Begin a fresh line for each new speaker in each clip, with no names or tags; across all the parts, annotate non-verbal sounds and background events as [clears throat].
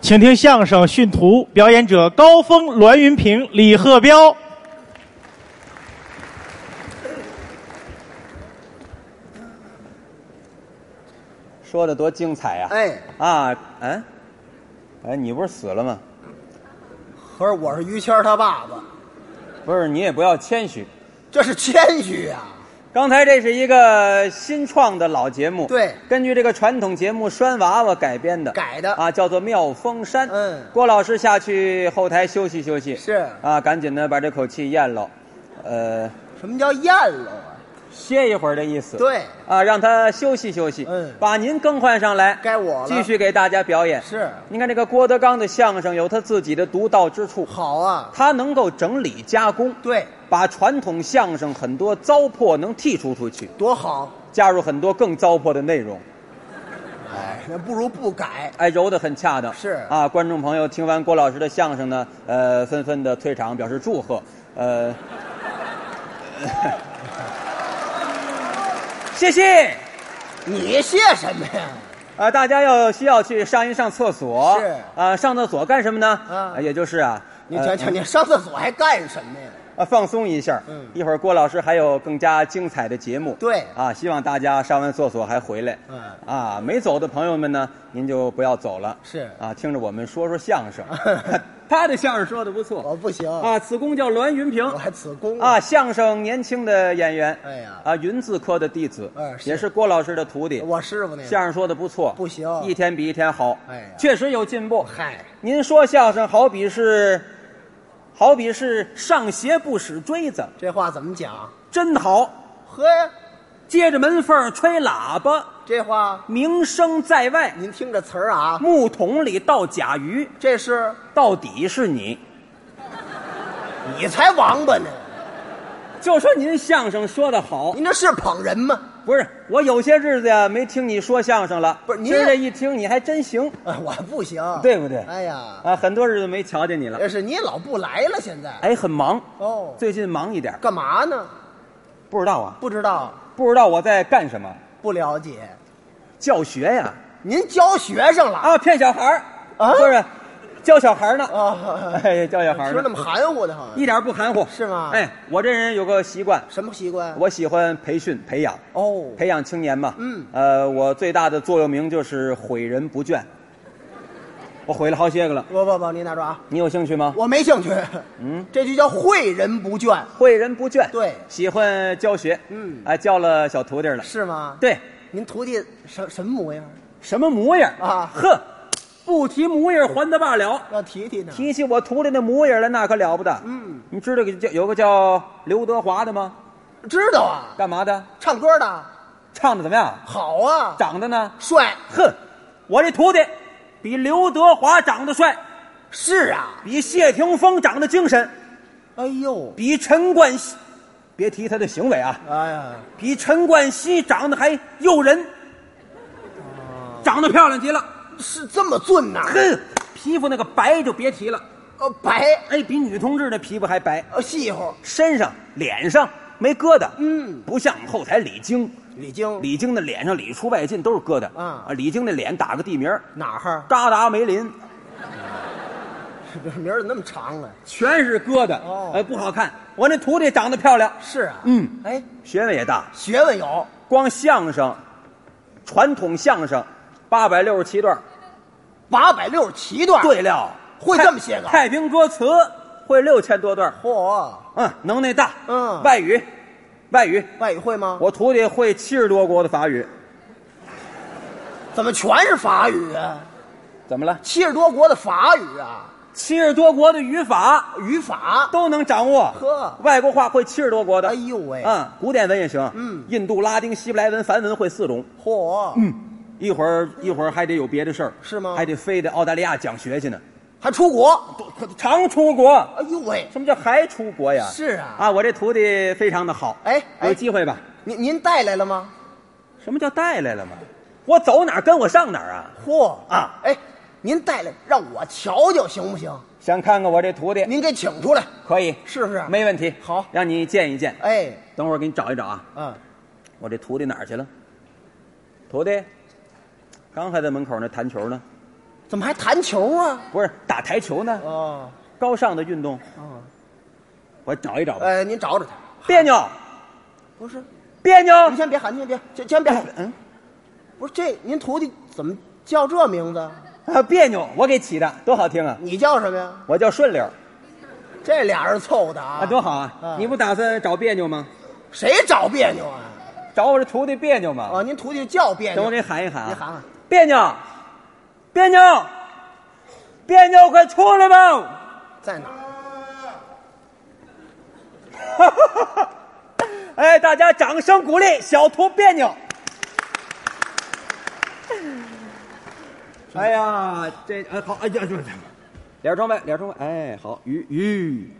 请听相声《训徒》，表演者高峰、栾云平、李鹤彪。
说的多精彩呀、
哎，
啊，嗯，哎，你不是死了吗？
可是我是于谦儿他爸爸，
不是，你也不要谦虚。
这是谦虚啊呀、
刚才这是一个新创的老节目，
对
根据这个传统节目《拴娃娃》改编的，
改的
啊，叫做《妙峰山》。
嗯
郭老师下去后台休息休息，
是
啊，赶紧的把这口气咽了，呃，
什么叫咽了啊？
歇一会儿的意思。，
对，
啊，让他休息休息。
嗯
把您更换上来，
该我了
继续给大家表演。
是
您看这个郭德纲的相声有他自己的独到之处，
好啊，
他能够整理加工，
对，
把传统相声很多糟粕能剔除出去，
多好。
加入很多更糟粕的内容，
哎，那不如不改。
哎，揉得很恰当。
是
啊，观众朋友听完郭老师的相声呢，呃，纷纷的退场表示祝贺，呃， [laughs] 谢谢。
你谢什么呀？
啊，大家要需要去上一上厕所，
是
啊，上厕所干什么呢？
啊
呃也就是啊，
你
呃
瞧瞧，你上厕所还干什么呀？
啊，放松一下。
嗯
一会儿郭老师还有更加精彩的节目。
对
啊，希望大家上完厕所还回来。
嗯
啊，没走的朋友们呢，您就不要走了。
是
啊，听着我们说说相
[laughs]
声。他的相声说的不错。
我不行，
啊，此公叫栾云平。
我还子宫
啊，。相声年轻的演员。
哦哎呀
啊，云字科的弟子，
嗯是
也是郭老师的徒弟。
我师傅那
相声说的不错，
不行
一天比一天好。
哎呀
确实有进步。
嗨，
您说相声好比是，好比是上鞋不使锥子，
这话怎么讲？
真好。
嘿，
接着门缝儿吹喇叭，
这话
名声在外。
您听这词儿啊，
木桶里倒甲鱼，
这是
到底是你。
你才王八呢！
就说您相声说的好，
您这是捧人吗？
不是我有些日子呀没听你说相声了，
不是您
今儿这一听你还真行，
啊 [laughs] 我不行，
对不对？
哎呀，
啊，很多日子没瞧见你了，
这是你老不来了，现在
哎，很忙，
哦，
最近忙一点，
干嘛呢？
不知道啊，
不知道，
不知道我在干什么，
不了解。
教学呀。
您教学生了
啊，骗小孩儿
啊
不是，教小孩儿呢，
啊？
哎，教小孩儿
说那
呢，
么含糊的，好像
一点儿不含糊，
是吗
哎，我这人有个习惯，
什么习惯？
我喜欢培训培养，
哦，
培养青年嘛，
嗯
呃，我最大的座右铭就是毁人不倦，我毁了好些个了，
不不不，您拿住啊！
你有兴趣吗？
我没兴趣。
嗯，
这就叫诲人不倦，
诲人不倦，
对
喜欢教学，
嗯
哎，教了小徒弟了，
是吗？，
对，
您徒弟什什么模样？
什么模样
啊
哼，不提模样还得罢了。
要提提呢。
提起我徒弟那模样来，那可了不得。
嗯，
你知道个叫有个叫刘德华的吗？
知道啊，
干嘛的？
唱歌的
唱的怎么样？
好啊，
长得呢？
帅
哼，我这徒弟比刘德华长得帅，
是啊。
比谢霆锋长得精神，
哎呦，
比陈冠希，别提他的行为啊，
哎呀，
比陈冠希长得还诱人，长得漂亮极了。
是这么俊呐？
哼，皮肤那个白就别提了，
呃，白，
哎，比女同志的皮肤还白。
呃，细乎。
身上、脸上没疙瘩，
嗯
不像后台李菁，
李菁，
李菁的脸上里出外进都是疙瘩
啊
李菁的脸打个地名儿，
哪哈？
扎达梅林，
这名儿怎么那么长啊？
全是疙瘩，
哦
哎，不好看。我那徒弟长得漂亮，
是啊，
嗯，
哎，
学问也大，
学问有，
光相声，传统相声，八百六十七段儿，
八百六十七段。
对了，
会
太
这么些个
太平歌词会六千多段儿，
嚯，
嗯，能耐大，
嗯
外语，外语，
外语会吗？
我徒弟会七十多国的法语，
怎么全是法语啊？
怎么了？
七十多国的法语啊，
七十多国的语法。
语法。
都能掌握。
呵
外国话会七十多国的。
哎呦喂，
嗯，古典文也行。
嗯
印度、拉丁、希伯来文、梵文会四种。
嚯，
嗯一会儿一会儿还得有别的事儿，
是吗
还得飞到澳大利亚讲学去呢。
还出国？
常出国，
哎呦喂，
什么叫还出国呀？
是啊
啊，我这徒弟非常的好。
哎哎
有机会吧？
您您带来了吗？
什么叫带来了吗？我走哪儿跟我上哪儿啊？
嚯
啊！
哎，您带来让我瞧瞧行不行？
想看看我这徒弟，
您给请出来。
可以
是不是
没问题。
好
让你见一见。
哎，
等会儿给你找一找啊。
嗯，
我这徒弟哪儿去了？徒弟，刚还在门口那弹球呢。
怎么还弹球啊？
不是打台球呢，
哦，
高尚的运动。
哦，
我找一找吧。
哎，您找找他，
别扭，
不是，
别扭。
您先别喊，先别，先先别喊，
嗯，
不是这您徒弟怎么叫这名字？
啊别扭，我给起的，多好听啊！
你叫什么呀？
我叫顺溜儿
这俩人凑的啊
啊，多好啊！
嗯
你不打算找别扭吗？
谁找别扭啊？
找我这徒弟别扭吗？
哦，您徒弟叫别扭，
等我给喊一喊啊，
您喊喊
别扭，别扭，别扭，快出来吧！
在哪儿？
哎，大家掌声鼓励小徒别扭。哎呀，这哎好哎呀，这这脸装备，脸装备，哎好，鱼鱼，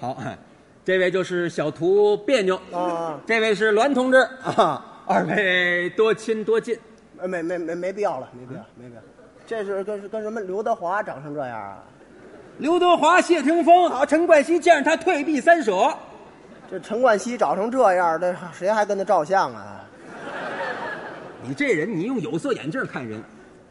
好，哎这位就是小徒别扭，
啊，
这位是栾同志啊，二位多亲多近，
没没没没必要了，没必要，没必要。这是跟跟什么刘德华长成这样啊？
刘德华、谢霆锋好，陈冠希见着他退避三舍。
这陈冠希长成这样，这谁还跟他照相啊？
你这人，你用有色眼镜看人，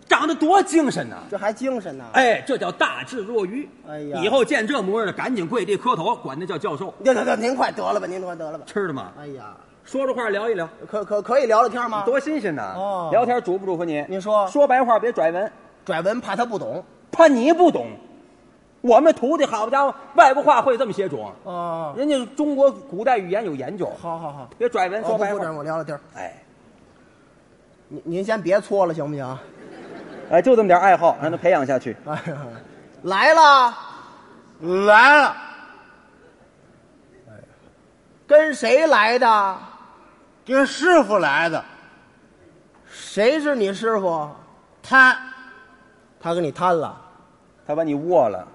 长得多精神呐、
这还精神呢！
哎，这叫大智若愚。
哎呀
以后见这模样的，赶紧跪地磕头，管他叫教授。
得得得，您快得了吧，您快得了吧！
吃的嘛，
哎呀，
说说话，聊一聊，
可可可以聊聊天吗？
多新鲜呐！
啊哦
聊天嘱不嘱咐你？
你说
说白话，别拽文，
拽文怕他不懂
怕你不懂。我们徒弟，好家伙，外国话会这么些种，
哦。
人家中国古代语言有研究。
好好好，
别拽文，
哦
说
不
白
不
话
长，。我聊聊天。
哎，
您您先别搓了，行不行？
哎，就这么点爱好，让他培养下去。
哎呀，来了，来了，跟谁来的？
跟师傅来的，
谁是你师傅？
他
他跟你贪了？
他把你握了，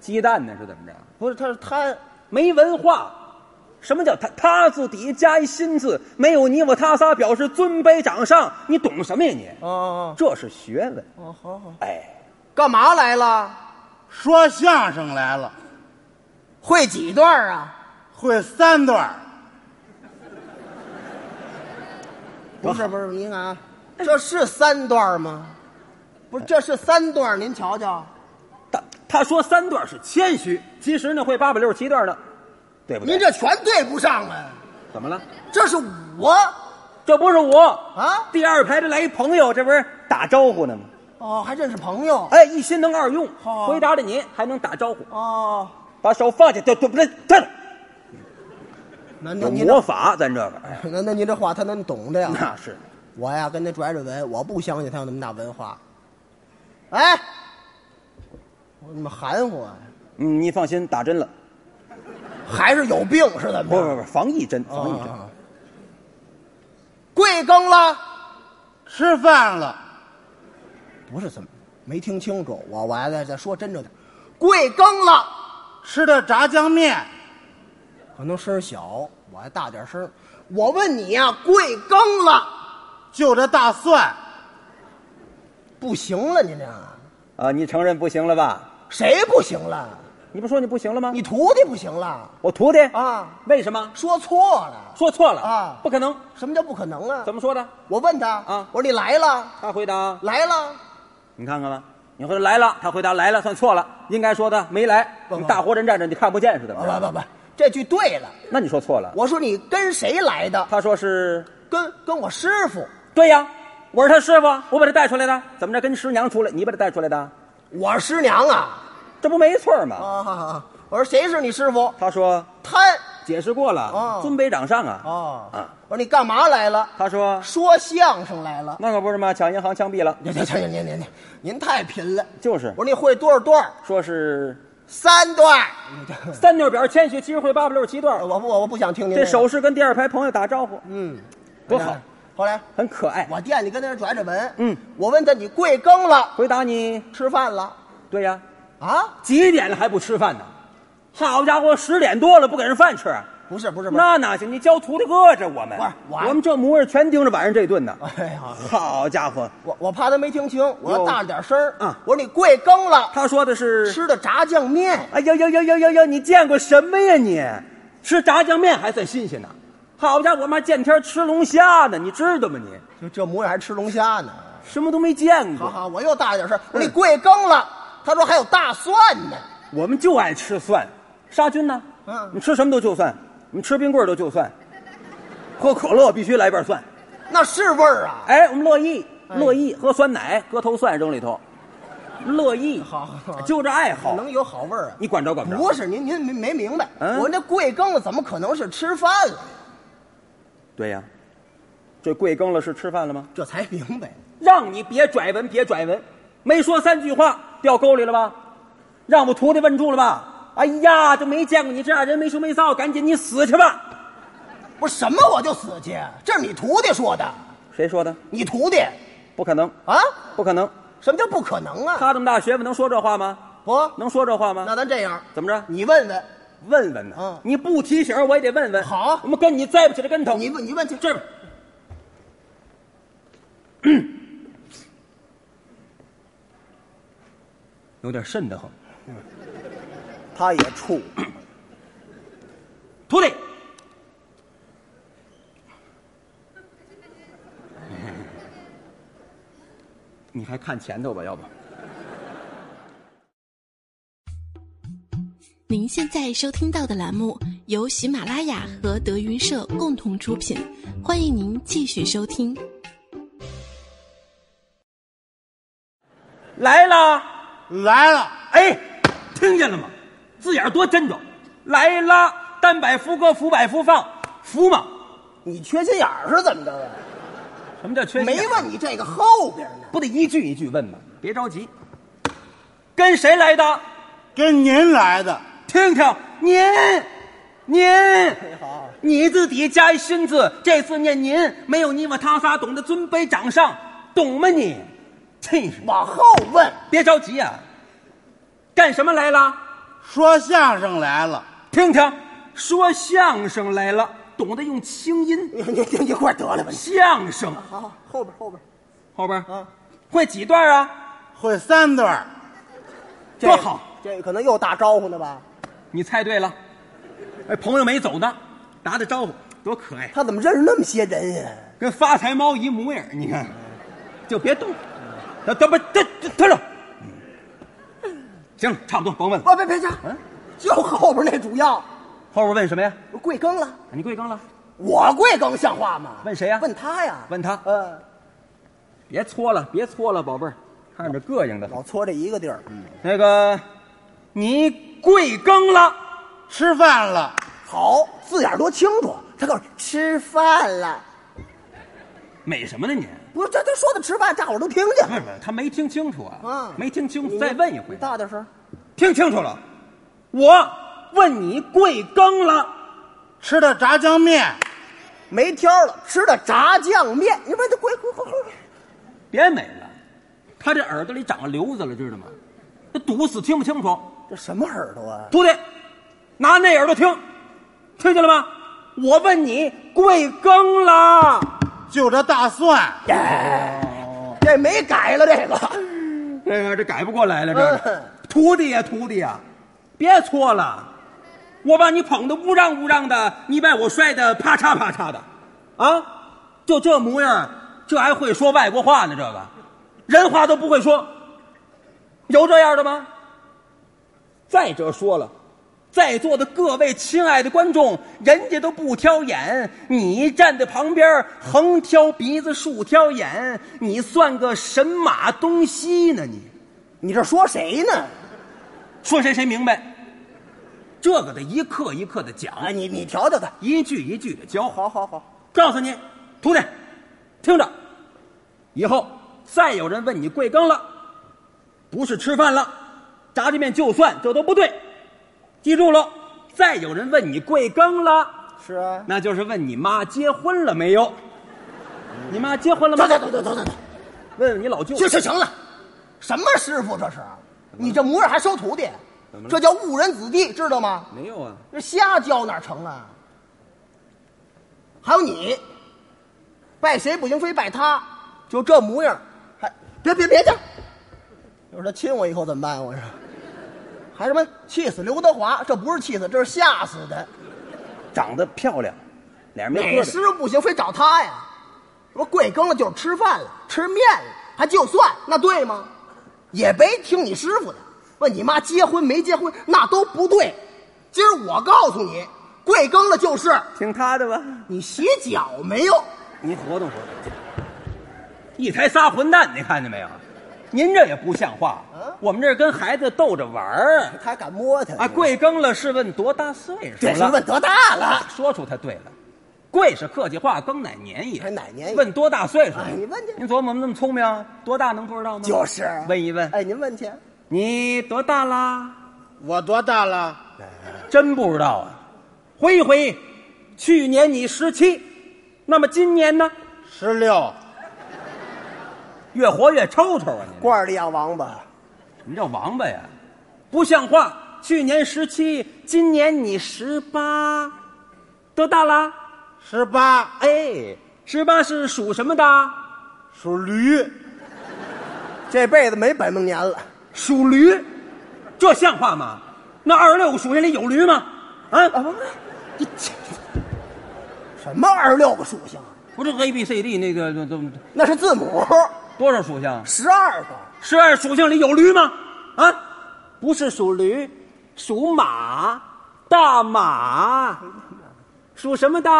鸡蛋呢是怎么着？
不是，他是贪。
没文化。什么叫他？他字底下加一心字，没有你我他仨，表示尊卑长上。你懂什么呀你？
哦哦
这是学问。
哦，好好。
哎，
干嘛来了？
说相声来了，
会几段啊？
会三段儿，
不是不是，您看啊，这是三段吗？不是，这是三段，您瞧瞧。
他他说三段是谦虚，其实呢会八百六十七段呢，对不对？
您这全对不上啊！
怎么了？
这是我
这不是我。
啊！
第二排的来一朋友，这不是打招呼呢吗？
哦，还认识朋友
哎，一心能二用，
好好
回答着你还能打招呼，
哦。
把手放下，对对不对？站着，
那
有
那您
魔
这
法，咱这个，哎，
那那您这话他能懂的呀？
那是
我呀跟他拽拽文，我不相信他有那么大文化。哎，我怎么含糊啊？
嗯，你放心，打针了，
啊还是有病是怎么
不
着？
不不，防疫针，防疫针。
啊，贵庚了？
吃饭了，
不是怎么没听清楚？我我还再再说真着点，贵庚了？
吃的炸酱面，
可能声儿小，我还大点声儿。我问你呀、贵庚了？
就着大蒜，
不行了，您这
啊，你承认不行了吧？
谁不行了？
你不说你不行了吗？
你徒弟不行了？
我徒弟
啊，
为什么
说错了。
说错了
啊
不可能，
什么叫不可能啊？
怎么说的？
我问他
啊
我说你来了，
他回答，
来了，
你看看吧。你回答来了，他回答来了，算错了，应该说的没来。
不不啊
你大活人站着，你看不见似的
不。不不，这句对了。
那你说错了。
我说你跟谁来的？
他说是
跟跟我师傅，
对呀，我是他师傅，我把他带出来的。怎么着，跟师娘出来，你把他带出来的，
我师娘啊。
这不没错儿吗？
啊，好好好我说谁是你师傅？
他说
贪
解释过了
哦，
尊卑长上啊。
啊
啊
我说你干嘛来了？
他说
说相声来了。
那可不是吗？抢银行枪毙
[laughs]
了，
您您您您您您太贫了。
就是
我说你会多少段儿？
说是
三段儿。
三六表谦虚，七十会八百六十七段儿。
[laughs] 呃我不我我不想听您
嗯这
那个
手势跟第二排朋友打招呼，
嗯
多好，。
后来
很可爱。
我惦记跟那人拽着文，
嗯，
我问他你贵庚了？
回答你，
吃饭了
对呀，
啊？
几点了还不吃饭呢？好家伙，十点多了不给人饭吃，啊
不是不是不是，
那哪行？你教徒弟饿着我们，
不是我
我们这模样全盯着晚上这顿呢。
[laughs] 哎呀，
好家伙，
我我怕他没听清，我要
哟
大着点声儿。
啊
我说你贵庚了？
他说的是，
吃的炸酱面，
哎呦呦呦呦呦呦，你见过什么呀你？吃炸酱面还算新鲜呢，好家伙，我们还见天吃龙虾呢，你知道吗你？
就这模样还吃龙虾呢。
什么都没见
好
过。
好，我又大了点声，
嗯
我那锅也更了。他说还有大蒜呢，
我们就爱吃蒜，杀菌呢。
嗯
你吃什么都就蒜，你吃冰棍儿都就蒜，喝可乐必须来瓣蒜。
那是味儿啊。
哎，我们乐意，乐意喝酸奶，搁头蒜扔里头，乐意。
好好好
就这爱好，
能有好味儿啊？
你管着管不着。
不是您您没没明白，
嗯
我那贵庚了怎么可能是吃饭了？
对呀、这贵庚了是吃饭了吗？
这才明白，
让你别拽文，别拽文，没说三句话掉沟里了吧？让我徒弟问住了吧？哎呀，就没见过你这样人，没羞没臊，赶紧你死去吧！
不是什么我就死去，这是你徒弟说的，
谁说的？
你徒弟
不可能，
啊？
不可能！
什么叫不可能啊？
[laughs] 他这么大学问，能说这话吗？
不，
能说这话吗？
那咱这样，
怎么着？
你问问，
问问呢？
嗯
你不提醒我也得问问。
好
我们跟你栽不起来跟头。
你问你问去，
这边。有点瘆得慌。
他也怵，
[coughs] 徒弟， [laughs] 你还看前头吧，要不？
您现在收听到的栏目由喜马拉雅和德云社共同出品，欢迎您继续收听。
来啦！
来了，
哎，听见了吗？字眼儿多真着。来啦，单摆福哥，福摆福放，福嘛？
你缺心眼儿是怎么着啊？
什么叫缺心眼
没问你这个后边呢，
不得一句一句问吗？别着急，跟谁来的？
跟您来的，
听听您，您
好，
你字底加一心字，这次念您，没有你我他仨懂得尊卑掌上，懂吗你？真是，
往后问，
别着急啊，干什么来了？
说相声来了，
听听，说相声来了，懂得用清音，
你你你你快得了吧你，
相声
好好后边后边，
后边
啊
会几段啊？
会三段，
多好，
这个可能又打招呼呢吧？
你猜对了。哎，朋友没走呢，打打招呼，多可爱。
他怎么认识那么些人呀、
跟发财猫一模样儿，你看，就别动，他他不这这他说，行了，差不多，甭问了。
啊，别别去，就后边那主要
后边问什么呀？
贵庚了，
你贵庚了？
我贵庚像话吗？
问谁呀
问他呀？
问他
呃，
别搓了，别搓了，宝贝儿，看着膈应的。
老搓这一个地儿，
那个，你贵庚了？
吃饭了，
好，字眼儿多清楚。他告诉你吃饭了，
美什么呢你？
不是这他说的吃饭，大伙儿都听见
不是不是，他没听清楚啊
啊，，
没听清楚，
你
再问一回
你。大点声。
听清楚了，我问你贵庚了？
吃的炸酱面，
没挑了，吃的炸酱面，你们这贵贵贵贵，
别美了，他这耳朵里长了瘤子了，知道吗？他堵死，听不清楚。
这什么耳朵啊？
徒弟，拿那耳朵听，听见了吗？我问你，贵庚啦？
就这大蒜，
这没改了，这个
这哎个这改不过来了，
嗯
这徒弟呀，徒弟呀，别错了，我把你捧得乌嚷乌嚷的，你把我摔得啪嚓啪嚓的，啊，就这模样，这还会说外国话呢？这个人话都不会说，有这样的吗？再者说了，在座的各位亲爱的观众，人家都不挑眼，你站在旁边横挑鼻子竖挑眼，你算个神马东西呢你？
你这说谁呢？
说谁谁明白？这个得一课一课的讲，
哎，你你调调他，
一句一句的教。
好好好，
告诉你，徒弟，听着，以后再有人问你贵庚了，不是吃饭了，炸酱面就算，这都不对。记住了，再有人问你贵庚了，
是啊，
那就是问你妈结婚了没有。你妈结婚了吗？
走走走走走走。
问问你老舅。
行行行了，什么师傅这是？啊你这模样还收徒弟，这叫误人子弟，知道吗？
没有啊？
这瞎教哪成啊？还有你，拜谁不行，非拜他，就这模样，还别别别去！你说他亲我以后怎么办？我说，还什么气死刘德华？这不是气死，这是吓死的。
长得漂亮，脸没
哪
疙瘩。
师傅不行，非找他呀？什么贵庚了就是吃饭了，吃面了，还就算那对吗？也别听你师傅的，问你妈结婚没结婚那都不对。今儿我告诉你，贵庚了就是
听他的吧。
你洗脚没有？
您活动活动，一台仨混蛋，你看见没有？您这也不像话。
啊
我们这儿跟孩子逗着玩儿。
他还敢摸他
啊，贵庚了是问多大岁数
这是
了？
问多大了？
说出他对了。贵是客气话，庚乃年也。
哎哪年也
问多大岁数？
哎你问去
您琢磨那么聪明，多大能不知道吗？
就是
问一问，
哎，您问去，
你多大啦？
我多大了？
真不知道啊。回一回，去年你十七，那么今年呢？
十六。
越活越抽抽啊！您
罐儿里养王八，
你这王八呀，不像话！去年十七，今年你十八，多大啦？
十八
哎，十八是属什么的？
属驴，
这辈子没本命年了。
属驴，这像话吗？那二十六个属相里有驴吗？啊，
啊，不是，你切什么二十六个属性啊？
不是 A B C D 那个都都
那是字母，
多少属相？
十二个。
十二属相里有驴吗？啊，不是属驴，属马，大马，属什么的？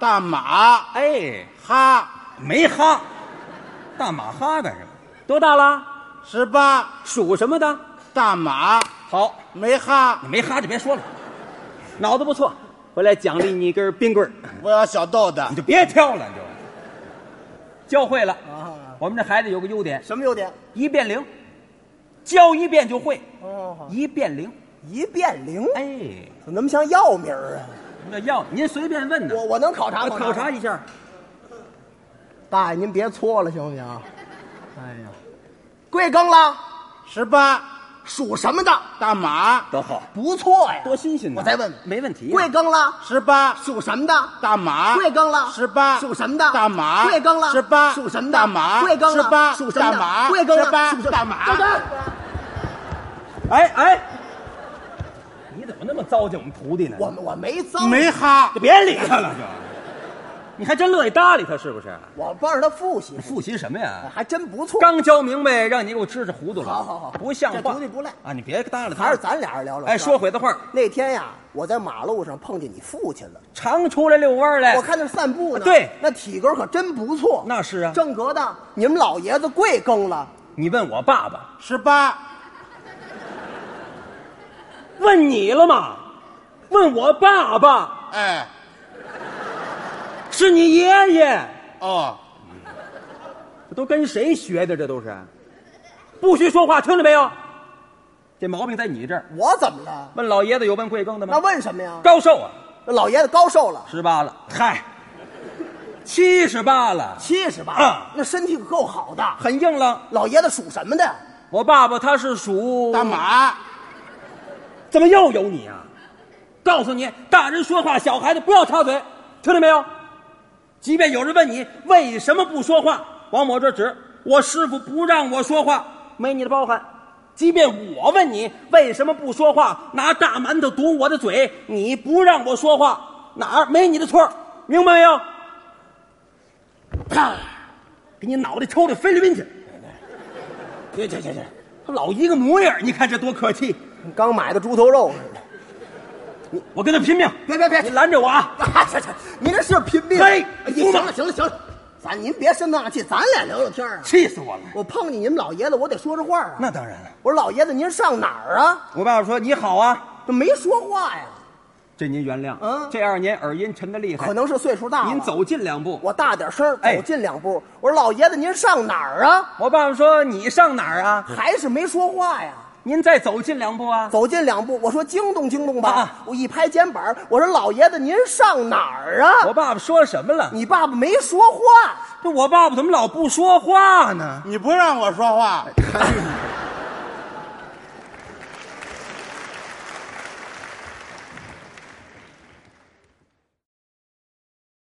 大马
哎，
哈，
没哈，大马哈干什么？多大了？
十八
属什么的？
大马
好，
没哈，
你没哈就别说了，脑子不错，回来奖励你一根冰棍儿，
我要小豆的
你就别挑了，你就教会了。我们这孩子有个优点，
什么优点？
一变灵，教一遍就会，
哦，
一变灵。
一变灵，
哎，
怎么那么像药名儿啊？
那要您随便问呢，
我我能考察
我
吗？
考察一下。
大爷，您别搓了，行不行？哎呀，贵庚了？
十八
属什么的？
大马
多好，
不错呀，
哎多新鲜呢！
我再问问，
没问题。
贵庚了？
十八
属什么的？
大马
贵庚了？
十八
属什么的？
大马
贵庚了？
十八
属什么的？
大马
贵庚了？
十八
属什么的？
大马
贵庚了？
十八
属什么的
大马
等等
哎哎，你怎么那么糟践我们徒弟呢？
我我没糟，
没哈
就，别理他了，就。你还真乐意搭理他是不是？
我帮着他复习复习，
复习什么呀？
还真不错。
刚教明白，让你给我吃吃糊涂了。
好好好
不像
这
话，
徒弟不赖
啊！你别搭理他，
还是咱俩人聊聊天。
哎，说回的话，
那天呀，我在马路上碰见你父亲了，
常出来遛弯儿来。
我看那散步
哎啊
呢。
对
那体格可真不错。
那是啊
正格的，你们老爷子贵庚了？
你问我爸爸，
十八
问你了吗？问我爸爸
哎
是你爷爷，
哦，
这都跟谁学的？这都是，不许说话，听着没有？这毛病在你这儿。
我怎么了？
问老爷子有问贵庚的
那
吗？
问什么呀？
高寿啊，
老爷子高寿了，
十八了。嗨，七十八了，
七十八。
啊
那身体可够好的。
很硬朗。
老爷子属什么的？
我爸爸他是属
大马
怎么又有你啊？告诉你，大人说话，小孩子不要插嘴，听见没有？即便有人问你为什么不说话，往我这指，我师傅不让我说话，没你的包涵。即便我问你为什么不说话，拿大馒头堵我的嘴，你不让我说话，哪儿没你的错儿？明白没有？ [clears throat] 啪，给你脑袋抽到菲律宾去！去去去去，他老一个模样儿，你看这多可气！
刚买的猪头肉似的。
我跟他拼命！
别别别
你拦着我啊！
啊， [laughs] 这这，您这是拼命。
嘿
哎行了行了行了，咱您别生那样气，咱俩聊聊天啊。
气死我了！
我碰见你们老爷子，我得说说话啊。
那当然了。
我说老爷子，您上哪儿啊？
我爸爸说：“你好啊，
这没说话呀，
哎这您原谅。
嗯
这二年耳音沉得厉害，
可能是岁数大了。
您，走近两步。
我大点声，
哎
走近两步。我说老爷子，您上哪儿啊？
我爸爸说：你上哪儿啊？
还是没说话呀？
您再走近两步啊！
走近两步，我说惊动惊动吧。
啊
我一拍肩膀，我说老爷子，您上哪儿
我
啊？
爸爸说什么了？
你爸爸没说话，
这我爸爸怎么老不说话呢？
你不让我说话，